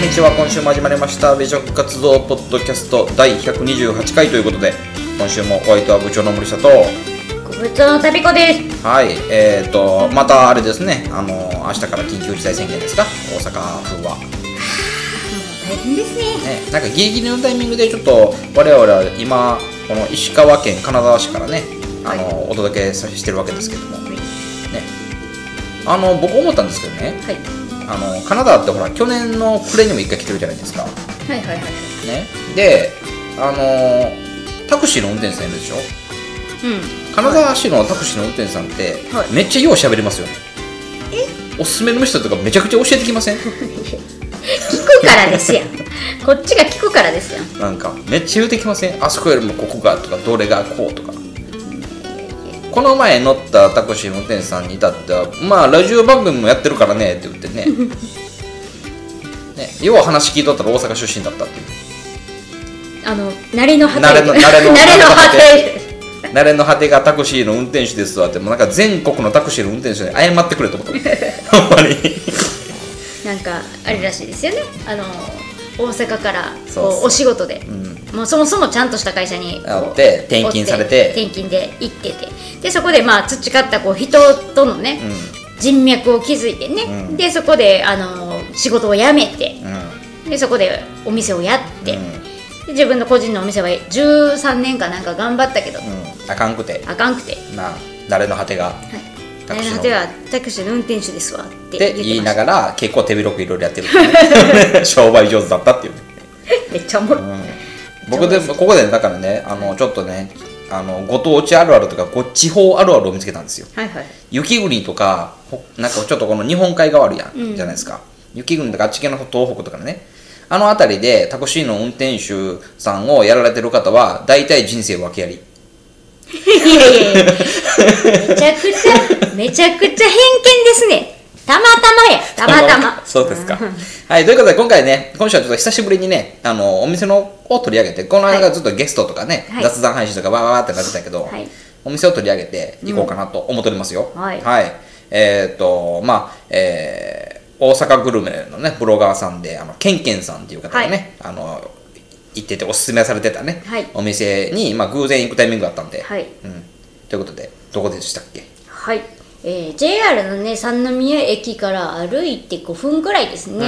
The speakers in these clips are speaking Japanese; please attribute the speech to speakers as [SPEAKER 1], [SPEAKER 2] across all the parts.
[SPEAKER 1] にちは今週も始まりました美食活動ポッドキャスト第128回ということで今週もホワイトは部長の森下と
[SPEAKER 2] ごぶつのたびこです
[SPEAKER 1] はいえー、とまたあれですねあの明日から緊急事態宣言ですか大阪府は、
[SPEAKER 2] 大変ですね
[SPEAKER 1] ね、なんかギリギリのタイミングでちょっと我々は今この石川県金沢市からねあの、
[SPEAKER 2] は
[SPEAKER 1] お届けさしてるわけですけどもねあの僕思ったんですけどね
[SPEAKER 2] はい
[SPEAKER 1] あのカナダってほら去年の暮れにも一回来てるじゃないですか
[SPEAKER 2] はいはいはい
[SPEAKER 1] ね、で、あのータクシーの運転手さんいるでしょ
[SPEAKER 2] うん
[SPEAKER 1] 金沢市のタクシーの運転手さんって、
[SPEAKER 2] はい
[SPEAKER 1] めっちゃよう喋りますよねおすすめの人とかめちゃくちゃ教えてきません
[SPEAKER 2] 聞くからですやんこっちが聞くからですやん
[SPEAKER 1] なんかめっちゃ言うてきませんあそこよりもここがとかどれがこうとかこの前乗ったタクシーの運転手さんに至ってはまあラジオ番組もやってるからねって言って ねねよう話聞いとったら大阪出身だったっていう
[SPEAKER 2] あの慣れの果て
[SPEAKER 1] 慣れの慣れの
[SPEAKER 2] 慣れの果て
[SPEAKER 1] 慣れの果てがタクシーの運転手ですわってもうなんか全国のタクシーの運転手に謝ってくれと思 ったほんまに
[SPEAKER 2] なんかあれらしいですよねあの大阪から
[SPEAKER 1] そうそう
[SPEAKER 2] こうお仕事で
[SPEAKER 1] ん
[SPEAKER 2] もうそもそもちゃんとした会社にこう
[SPEAKER 1] あって転勤されて
[SPEAKER 2] 転勤で行っててでそこでまあ培ったこう人とのね、人脈を築いてね、
[SPEAKER 1] うん
[SPEAKER 2] でそこであの仕事を辞めて、
[SPEAKER 1] う
[SPEAKER 2] でそこでお店をやって、
[SPEAKER 1] うん
[SPEAKER 2] で自分の個人のお店は13年間なんか頑張ったけど、
[SPEAKER 1] んうんあかんくて
[SPEAKER 2] あかんくて、は
[SPEAKER 1] なあ慣れの果てが
[SPEAKER 2] い、
[SPEAKER 1] タクシーの
[SPEAKER 2] 果てはタクシーの運転手ですわって
[SPEAKER 1] って
[SPEAKER 2] 言
[SPEAKER 1] 言
[SPEAKER 2] って
[SPEAKER 1] い
[SPEAKER 2] ま
[SPEAKER 1] な
[SPEAKER 2] した
[SPEAKER 1] がら結構手広くいろいろやってるっていうね商売上手だったっていうね
[SPEAKER 2] めっちゃおもろい、
[SPEAKER 1] 僕でもここでだからねあのちょっとねあのご当地あるあるとかご地方あるあるを見つけたんですよ
[SPEAKER 2] はいはい
[SPEAKER 1] 雪国とかほなんかちょっとこの日本海側あるやん、じゃないですか雪国とかあっち系の東北とかねあの辺りでタクシーの運転手さんをやられてる方は大体人生訳あり
[SPEAKER 2] いやいやいやめちゃくちゃめちゃくちゃ偏見ですねたまたまやたまたま
[SPEAKER 1] そうですかはいということで今回ね今週はちょっと久しぶりにねあのお店のを取り上げてこの間がずっとゲストとかね、
[SPEAKER 2] はい
[SPEAKER 1] 雑談配信とかわーわーってなってたけど、
[SPEAKER 2] はい
[SPEAKER 1] お店を取り上げていこうかなと思っておりますよ、
[SPEAKER 2] うんはい
[SPEAKER 1] えっ、とまあえー大阪グルメのねブロガーさんであのケンケンさんっていう方がね、あの行ってておすすめされてたね、
[SPEAKER 2] はい
[SPEAKER 1] お店に、まあ、偶然行くタイミングがあったんで、
[SPEAKER 2] はい
[SPEAKER 1] うん、ということでどこでしたっけ
[SPEAKER 2] はい、えー JR のね三宮駅から歩いて5分ぐらいですね、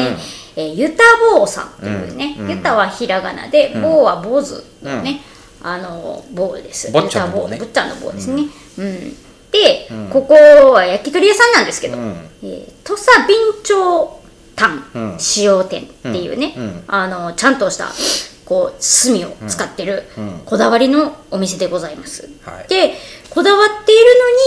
[SPEAKER 2] えーユタボーさんというね、ユタはひらがなで、ボーは坊主のね、あのボーです
[SPEAKER 1] 坊ちゃんの坊ね
[SPEAKER 2] ユタ坊坊ちゃんの坊ですねうん、で、ここは焼き鳥土屋さんなんですけど、
[SPEAKER 1] ん
[SPEAKER 2] えー土佐備長炭
[SPEAKER 1] うん
[SPEAKER 2] 使用店っていうね、
[SPEAKER 1] うんうん
[SPEAKER 2] あのちゃんとしたこう炭を使ってるこだわりのお店でございます、
[SPEAKER 1] はい
[SPEAKER 2] でこだわってい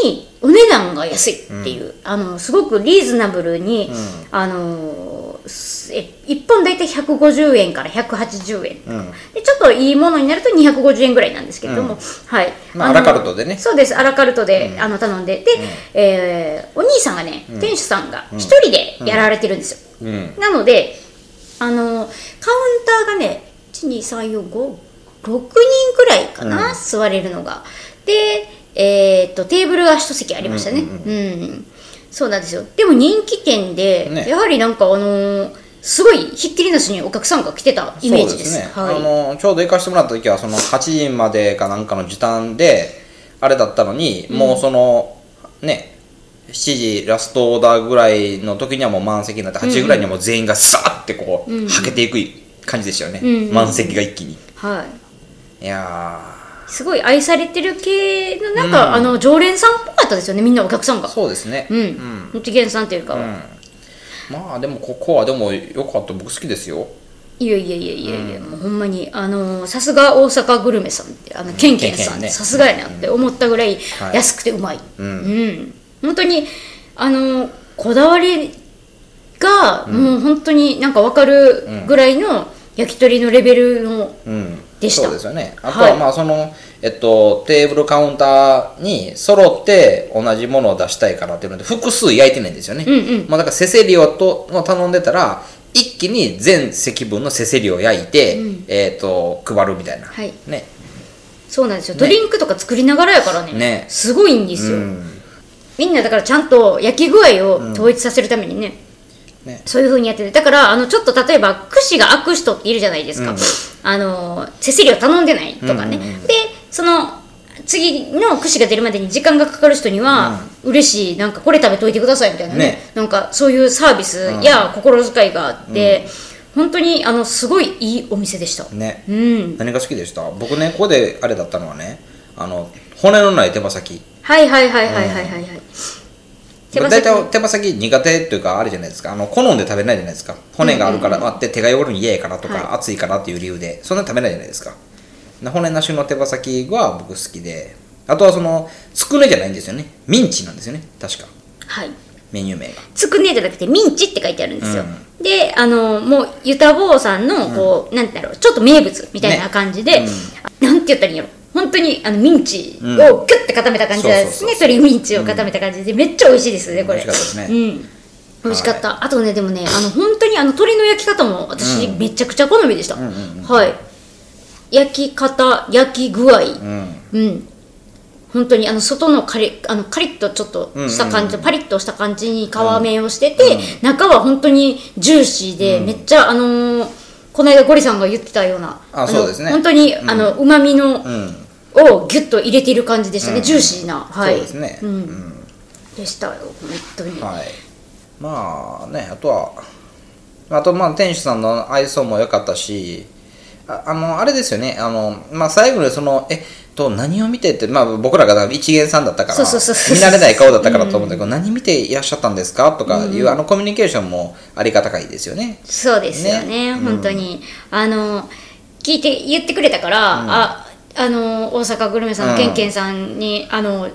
[SPEAKER 2] るのにお値段が安いっていう、あのすごくリーズナブルに、あのすえ1本大体150円から180円、でちょっといいものになると250円ぐらいなんですけれども、はい、
[SPEAKER 1] まあ
[SPEAKER 2] の
[SPEAKER 1] アラカルトでね
[SPEAKER 2] そうですアラカルトで、あの頼んでで、えーお兄さんがね、店主さんが一人でやられてるんですよ、
[SPEAKER 1] うん
[SPEAKER 2] なのであのカウンターがね12345 6人くらいかな、座れるのがで、えーっとテーブルが一席ありましたねうんそうなんですよでも人気店で、
[SPEAKER 1] ね
[SPEAKER 2] やはりなんかあのーすごいひっきりなしにお客さんが来てたイメージです
[SPEAKER 1] そうですね、
[SPEAKER 2] はい
[SPEAKER 1] あのちょうど行かしてもらった時はその8時までかなんかの時短であれだったのに、もうそのね7時ラストオーダーぐらいの時にはもう満席になって8時ぐらいにはもう全員がさーってこう、はけていく感じでしたよね、
[SPEAKER 2] んうん
[SPEAKER 1] 満席が一気に
[SPEAKER 2] はい
[SPEAKER 1] いや
[SPEAKER 2] すごい愛されてる系のなんか、あの常連さんっぽかったですよねみんなお客さんが
[SPEAKER 1] ーそうですね、
[SPEAKER 2] うん、うん、元元さんというか、
[SPEAKER 1] まあでもここはでもよかった僕好きですよ
[SPEAKER 2] いやいやいやいやいや、もうほんまにあのーさすが大阪グルメさんってあのケン
[SPEAKER 1] ケ
[SPEAKER 2] ケン
[SPEAKER 1] ンケ
[SPEAKER 2] さ
[SPEAKER 1] ン
[SPEAKER 2] ん
[SPEAKER 1] ね
[SPEAKER 2] さすがやなって思ったぐらい
[SPEAKER 1] はい
[SPEAKER 2] 安くてうまい、うん
[SPEAKER 1] ん
[SPEAKER 2] 本当にあのーこだわりがもう本当になんか分かるぐらいの焼き鳥のレベルの、
[SPEAKER 1] うん
[SPEAKER 2] でした
[SPEAKER 1] そうですよねあとは
[SPEAKER 2] はい
[SPEAKER 1] まあその、えっとテーブルカウンターに揃って同じものを出したいからっていうので複数焼いてないんですよね、
[SPEAKER 2] ん
[SPEAKER 1] まあ、だからセセリオとを頼んでたら一気に全席分のセセリを焼いて、えっと配るみたいな、
[SPEAKER 2] はい
[SPEAKER 1] ね
[SPEAKER 2] そうなんですよドリンクとか作りながらやからね
[SPEAKER 1] ね
[SPEAKER 2] すごいんですよ、
[SPEAKER 1] うん
[SPEAKER 2] みんなだからちゃんと焼き具合を統一させるためにね、
[SPEAKER 1] ね
[SPEAKER 2] そういう風にやっててだからあのちょっと例えば櫛が開く人っているじゃないですか、
[SPEAKER 1] うん
[SPEAKER 2] あの手すりを頼んでないとかね、
[SPEAKER 1] うんうんうん
[SPEAKER 2] でその次の櫛が出るまでに時間がかかる人には、嬉しいなんかこれ食べといてくださいみたいなね
[SPEAKER 1] ね
[SPEAKER 2] なんかそういうサービスや心遣いがあって、本当にあのすごいいいお店でした、
[SPEAKER 1] ね
[SPEAKER 2] うん
[SPEAKER 1] 何が好きでした僕ねここであれだったのはねあの骨のない手羽先
[SPEAKER 2] はいはいはいはいはいはいはい手羽
[SPEAKER 1] 大
[SPEAKER 2] 先
[SPEAKER 1] 体手羽先苦手というかあれじゃないですかあの好んで食べないじゃないですか骨があるからあって手が汚るに嫌やからとか、
[SPEAKER 2] は
[SPEAKER 1] 熱いからっていう理由でそんな食べないじゃないですかな骨なしの手羽先は僕好きであとはそのつくねじゃないんですよねミンチなんですよね確か
[SPEAKER 2] はい
[SPEAKER 1] メニュー名が
[SPEAKER 2] つくねじゃなくてミンチって書いてあるんですよ、であのもうゆたぼうさんのこう、なんだろうちょっと名物みたいな
[SPEAKER 1] ね
[SPEAKER 2] 感じで、なんて言ったらいいんやろ本当にあのミンチを
[SPEAKER 1] ん
[SPEAKER 2] ギュッて固めた感じなんです
[SPEAKER 1] そうそうそう
[SPEAKER 2] ね
[SPEAKER 1] そう
[SPEAKER 2] それミンチを固めた感じで、めっちゃ美味しいですねこれ
[SPEAKER 1] 美味しかったです
[SPEAKER 2] ね、うん美味しかった、あとねでもねあの本当にあの鶏の焼き方も私、めちゃくちゃ好みでした、はい焼き方焼き具合、
[SPEAKER 1] うん
[SPEAKER 2] うん本当にあの外のカリあのカリッとちょっとした感じ、パリッとした感じに皮面をしてて、中は本当にジューシーで、めっちゃあのーこの間ゴリさんが言ってたような
[SPEAKER 1] あ
[SPEAKER 2] の
[SPEAKER 1] そうですね
[SPEAKER 2] 本当にあのうまみ
[SPEAKER 1] ん
[SPEAKER 2] の、をギュッと入れている感じでしたね、ジューシーなはい
[SPEAKER 1] そうですね
[SPEAKER 2] うん
[SPEAKER 1] うん
[SPEAKER 2] でしたよ本当に、
[SPEAKER 1] はい、まあねあとはあとまあ店主さんの愛想も良かったしああのあれですよねあの、まあ、最後でそのえと何を見てって、まあ、僕らが一元さんだったから
[SPEAKER 2] そうそうそうそう
[SPEAKER 1] 見慣れない顔だったからと思うんだけど、何見ていらっしゃったんですかとかいう、あのコミュニケーションもありがたかいですよね。
[SPEAKER 2] そうですよ
[SPEAKER 1] ね
[SPEAKER 2] ね本当に、あの聞いて言ってくれたから、ああの大阪グルメさんの
[SPEAKER 1] うん
[SPEAKER 2] ケンケンさんに、あの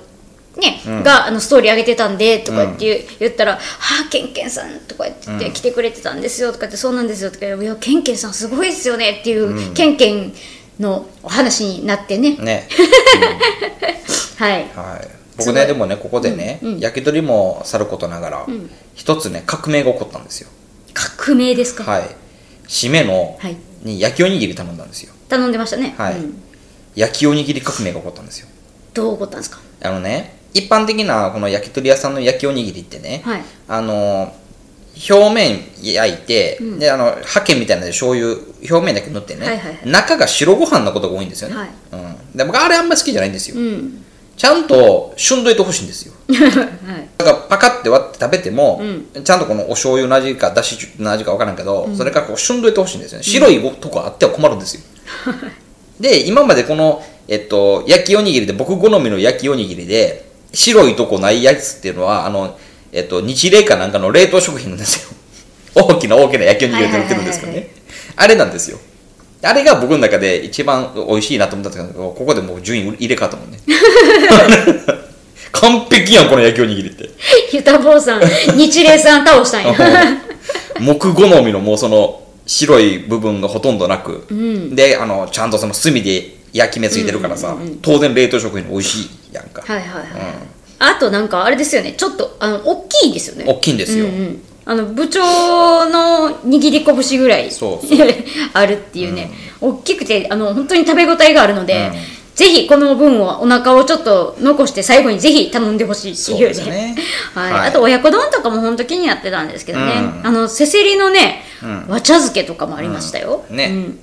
[SPEAKER 2] ね、があのストーリー上げてたんでとか言って言ったら「はあケンケンさん」とか言って来てくれてたんですよとか言って「そうなんですよ」とか言って「いやケンケンさんすごいですよね」っていう、ケンケンのお話になってね
[SPEAKER 1] ね
[SPEAKER 2] はい
[SPEAKER 1] はい、僕ねでもねここでね、焼き鳥もさることながら、一つね革命が起こったんですよ。
[SPEAKER 2] 革命ですか、
[SPEAKER 1] はい、締めの、
[SPEAKER 2] はい
[SPEAKER 1] に焼きおにぎり頼んだんですよ。
[SPEAKER 2] 頼んでましたね、
[SPEAKER 1] はい
[SPEAKER 2] うん
[SPEAKER 1] 焼きおにぎり革命が起こったんですよ
[SPEAKER 2] どう起こったんですか
[SPEAKER 1] あのね一般的なこの焼き鳥屋さんの焼きおにぎりってね、
[SPEAKER 2] はい
[SPEAKER 1] あの表面焼いて、であのハケみたいなので醤油表面だけ塗ってね、
[SPEAKER 2] はいはいはい
[SPEAKER 1] 中が白ご飯のことが多いんですよね、
[SPEAKER 2] はい
[SPEAKER 1] うん、で僕あれあんまり好きじゃないんですよ、
[SPEAKER 2] うん
[SPEAKER 1] ちゃんとしゅんどいてほしいんですよ
[SPEAKER 2] はい
[SPEAKER 1] だからパカって割って食べても、ちゃんとこのお醤油の味かだしの味か分からんけど、それからこうしゅんどいてほしいんですよね白いごとこあっては困るんですよ、で今までこの、えっと、焼きおにぎりで僕好みの焼きおにぎりで白いとこないやつっていうのはあの、えっと、日霊かなんかの冷凍食品なんですよ 大きな大きな焼きおにぎりで売ってるんですけど
[SPEAKER 2] はい
[SPEAKER 1] ねあれなんですよあれが僕の中で一番美味しいなと思ったんですけどここでもう順位入れ替わったもん ね完璧やんこの焼きおにぎりって
[SPEAKER 2] ゆたぼうさん日霊さん倒したんや
[SPEAKER 1] 木好みのもうその白い部分がほとんどなく、であのちゃんとその炭で焼き目ついてるからさ、当然冷凍食品美味しいやんか、
[SPEAKER 2] はいはいはい、あとなんかあれですよねちょっとあの大きいですよね
[SPEAKER 1] 大きいんですよ、
[SPEAKER 2] うんうんあの部長の握り拳ぐらい
[SPEAKER 1] そう
[SPEAKER 2] あるっていうね、大きくてあの本当に食べ応えがあるので、ぜひこの分をお腹をちょっと残して最後にぜひ頼んでほしいっていうね
[SPEAKER 1] そうですね
[SPEAKER 2] はい
[SPEAKER 1] はい
[SPEAKER 2] あと親子丼とかも本当気になってたんですけどね、あのせせりのね、和茶漬けとかもありましたよ、
[SPEAKER 1] うんね
[SPEAKER 2] うん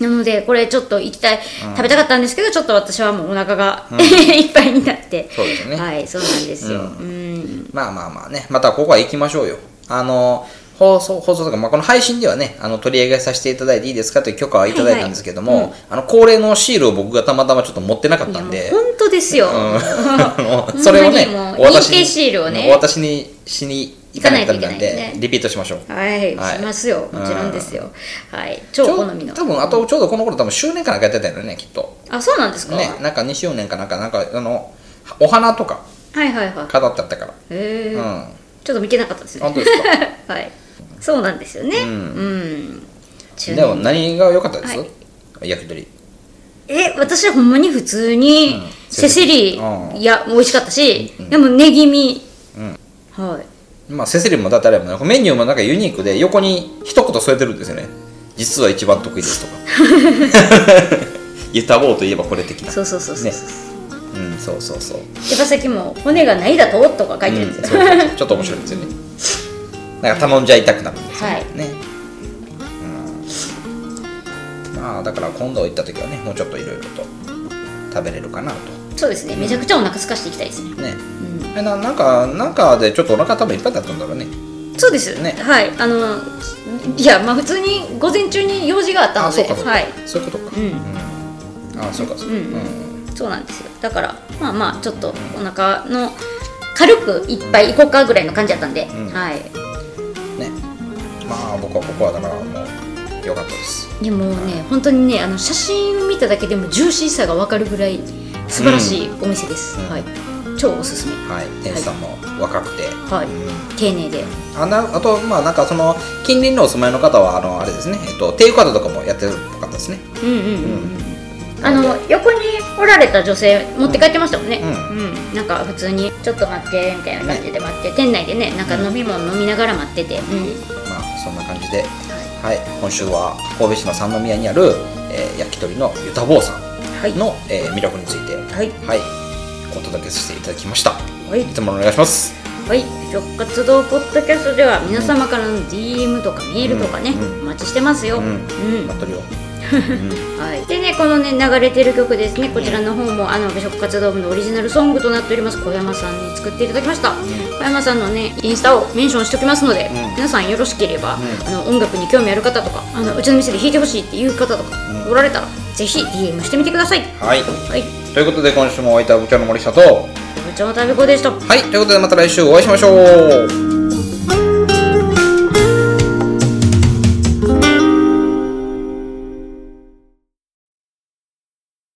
[SPEAKER 2] なのでこれちょっと行きたい、食べたかったんですけどちょっと私はもうお腹が、 いっぱいになって
[SPEAKER 1] そうですね
[SPEAKER 2] はいそうなんですよ、うん
[SPEAKER 1] まあまあまあねまたここは行きましょうよあの放送放送とか、まあ、この配信ではねあの取り上げさせていただいていいですかという許可はいただいたんですけども、
[SPEAKER 2] はいはい
[SPEAKER 1] あの恒例のシールを僕がたまたまちょっと持ってなかったん
[SPEAKER 2] いや
[SPEAKER 1] で
[SPEAKER 2] もう本当ですよ、
[SPEAKER 1] あの
[SPEAKER 2] ん
[SPEAKER 1] それを ね
[SPEAKER 2] も
[SPEAKER 1] お
[SPEAKER 2] う
[SPEAKER 1] 渡し
[SPEAKER 2] 認定シールをね
[SPEAKER 1] お渡しにしに行かないとダメなん
[SPEAKER 2] 行かないといけない
[SPEAKER 1] で
[SPEAKER 2] ね
[SPEAKER 1] リピートしましょう
[SPEAKER 2] はい、
[SPEAKER 1] はい
[SPEAKER 2] しますよもちろんですよ、はい超
[SPEAKER 1] ちょ
[SPEAKER 2] 好みの
[SPEAKER 1] 多分あとちょうどこの頃多分周年かなんかやってたよねきっと
[SPEAKER 2] あそうなんですか、
[SPEAKER 1] ねなんか2周年かなんかなんかあのお花とか
[SPEAKER 2] はいはいはい
[SPEAKER 1] 飾ってあったから
[SPEAKER 2] へえ
[SPEAKER 1] うん
[SPEAKER 2] ちょっと見てなかったですね
[SPEAKER 1] 本当ですか
[SPEAKER 2] はいそうなんですよねうん、中
[SPEAKER 1] でも
[SPEAKER 2] 年
[SPEAKER 1] 何が良かったです、
[SPEAKER 2] は
[SPEAKER 1] 焼き鳥
[SPEAKER 2] え私はほんまに普通にせせり
[SPEAKER 1] うん
[SPEAKER 2] いや美味しかったし、でもねぎみ、はい
[SPEAKER 1] まあセセリもだってあれやもんねメニューもなんかユニークで横に一言添えてるんですよね実は一番得意ですとか ゆたぼうと いえばこれ的な
[SPEAKER 2] そうそうそうそう、
[SPEAKER 1] ねうんそうそうそう
[SPEAKER 2] 手羽先も骨がないだととか書いてるんですよ、
[SPEAKER 1] そうそうそうちょっと面白いですよねなんか頼んじゃいたくなるんですよね,、
[SPEAKER 2] はい
[SPEAKER 1] ねうんまあだから今度行った時はねもうちょっといろいろと食べれるかなと
[SPEAKER 2] そうですねめちゃくちゃお腹空かしていきたいですね、
[SPEAKER 1] ねえななんかなんかでちょっとお腹多分いっぱいだったんだろうね
[SPEAKER 2] そうです
[SPEAKER 1] ね
[SPEAKER 2] はいあのいやまあ普通に午前中に用事があった
[SPEAKER 1] あ
[SPEAKER 2] ので
[SPEAKER 1] そうかそうか、
[SPEAKER 2] はい
[SPEAKER 1] そういうことか
[SPEAKER 2] うん
[SPEAKER 1] うんあそうかそうか
[SPEAKER 2] うん
[SPEAKER 1] うん
[SPEAKER 2] そうなんですよだからまあまあちょっとお腹の軽くいっぱい行こうかぐらいの感じだったんで、
[SPEAKER 1] ん
[SPEAKER 2] はい
[SPEAKER 1] ねまあ僕はここはだからもう良かったです
[SPEAKER 2] でもね本当にねあの写真見ただけでもジューシーさが分かるぐらい素晴らしいお店です、
[SPEAKER 1] うん
[SPEAKER 2] はい超おすすめ
[SPEAKER 1] はい店主さんも若くて、
[SPEAKER 2] はい、
[SPEAKER 1] う
[SPEAKER 2] 丁寧で
[SPEAKER 1] んあなあとまあなんかその近隣のお住まいの方はあのあれですねえっとテイクアウトとかもやってるっぽかったですね
[SPEAKER 2] うんうんうんうんあの横におられた女性持って帰ってましたもんね、
[SPEAKER 1] う
[SPEAKER 2] うんなんか普通に「ちょっと待って」みたいな感じで待って、店内でねなんか飲み物飲みながら待ってて、うん
[SPEAKER 1] まあそんな感じではい今週は神戸市の三宮にある、えー焼き鳥のゆたぼうさ
[SPEAKER 2] はい
[SPEAKER 1] んの、えー魅力については
[SPEAKER 2] はい
[SPEAKER 1] いお届けさせていただきました
[SPEAKER 2] はい
[SPEAKER 1] いつものお願いします
[SPEAKER 2] はい食活動ポッドキャストでは皆様からの DM とかメールとかね、
[SPEAKER 1] うん
[SPEAKER 2] お待ちしてますよ、
[SPEAKER 1] うん
[SPEAKER 2] うん
[SPEAKER 1] 待ってるよ
[SPEAKER 2] はい、でねこのね流れてる曲ですねこちらの方もあの美食活動部のオリジナルソングとなっております小山さんに作っていただきました、小山さんのねインスタをメンションしておきますので、
[SPEAKER 1] うん
[SPEAKER 2] 皆さんよろしければ、
[SPEAKER 1] ん
[SPEAKER 2] あの音楽に興味ある方とかあのうちの店で弾いてほしいっていう方とか、おられたらぜひ DM してみてください
[SPEAKER 1] はい
[SPEAKER 2] はい
[SPEAKER 1] ということで今週もお相手は部長の森下とは
[SPEAKER 2] 部長の食べ子でした
[SPEAKER 1] いということでまた来週お会いしましょう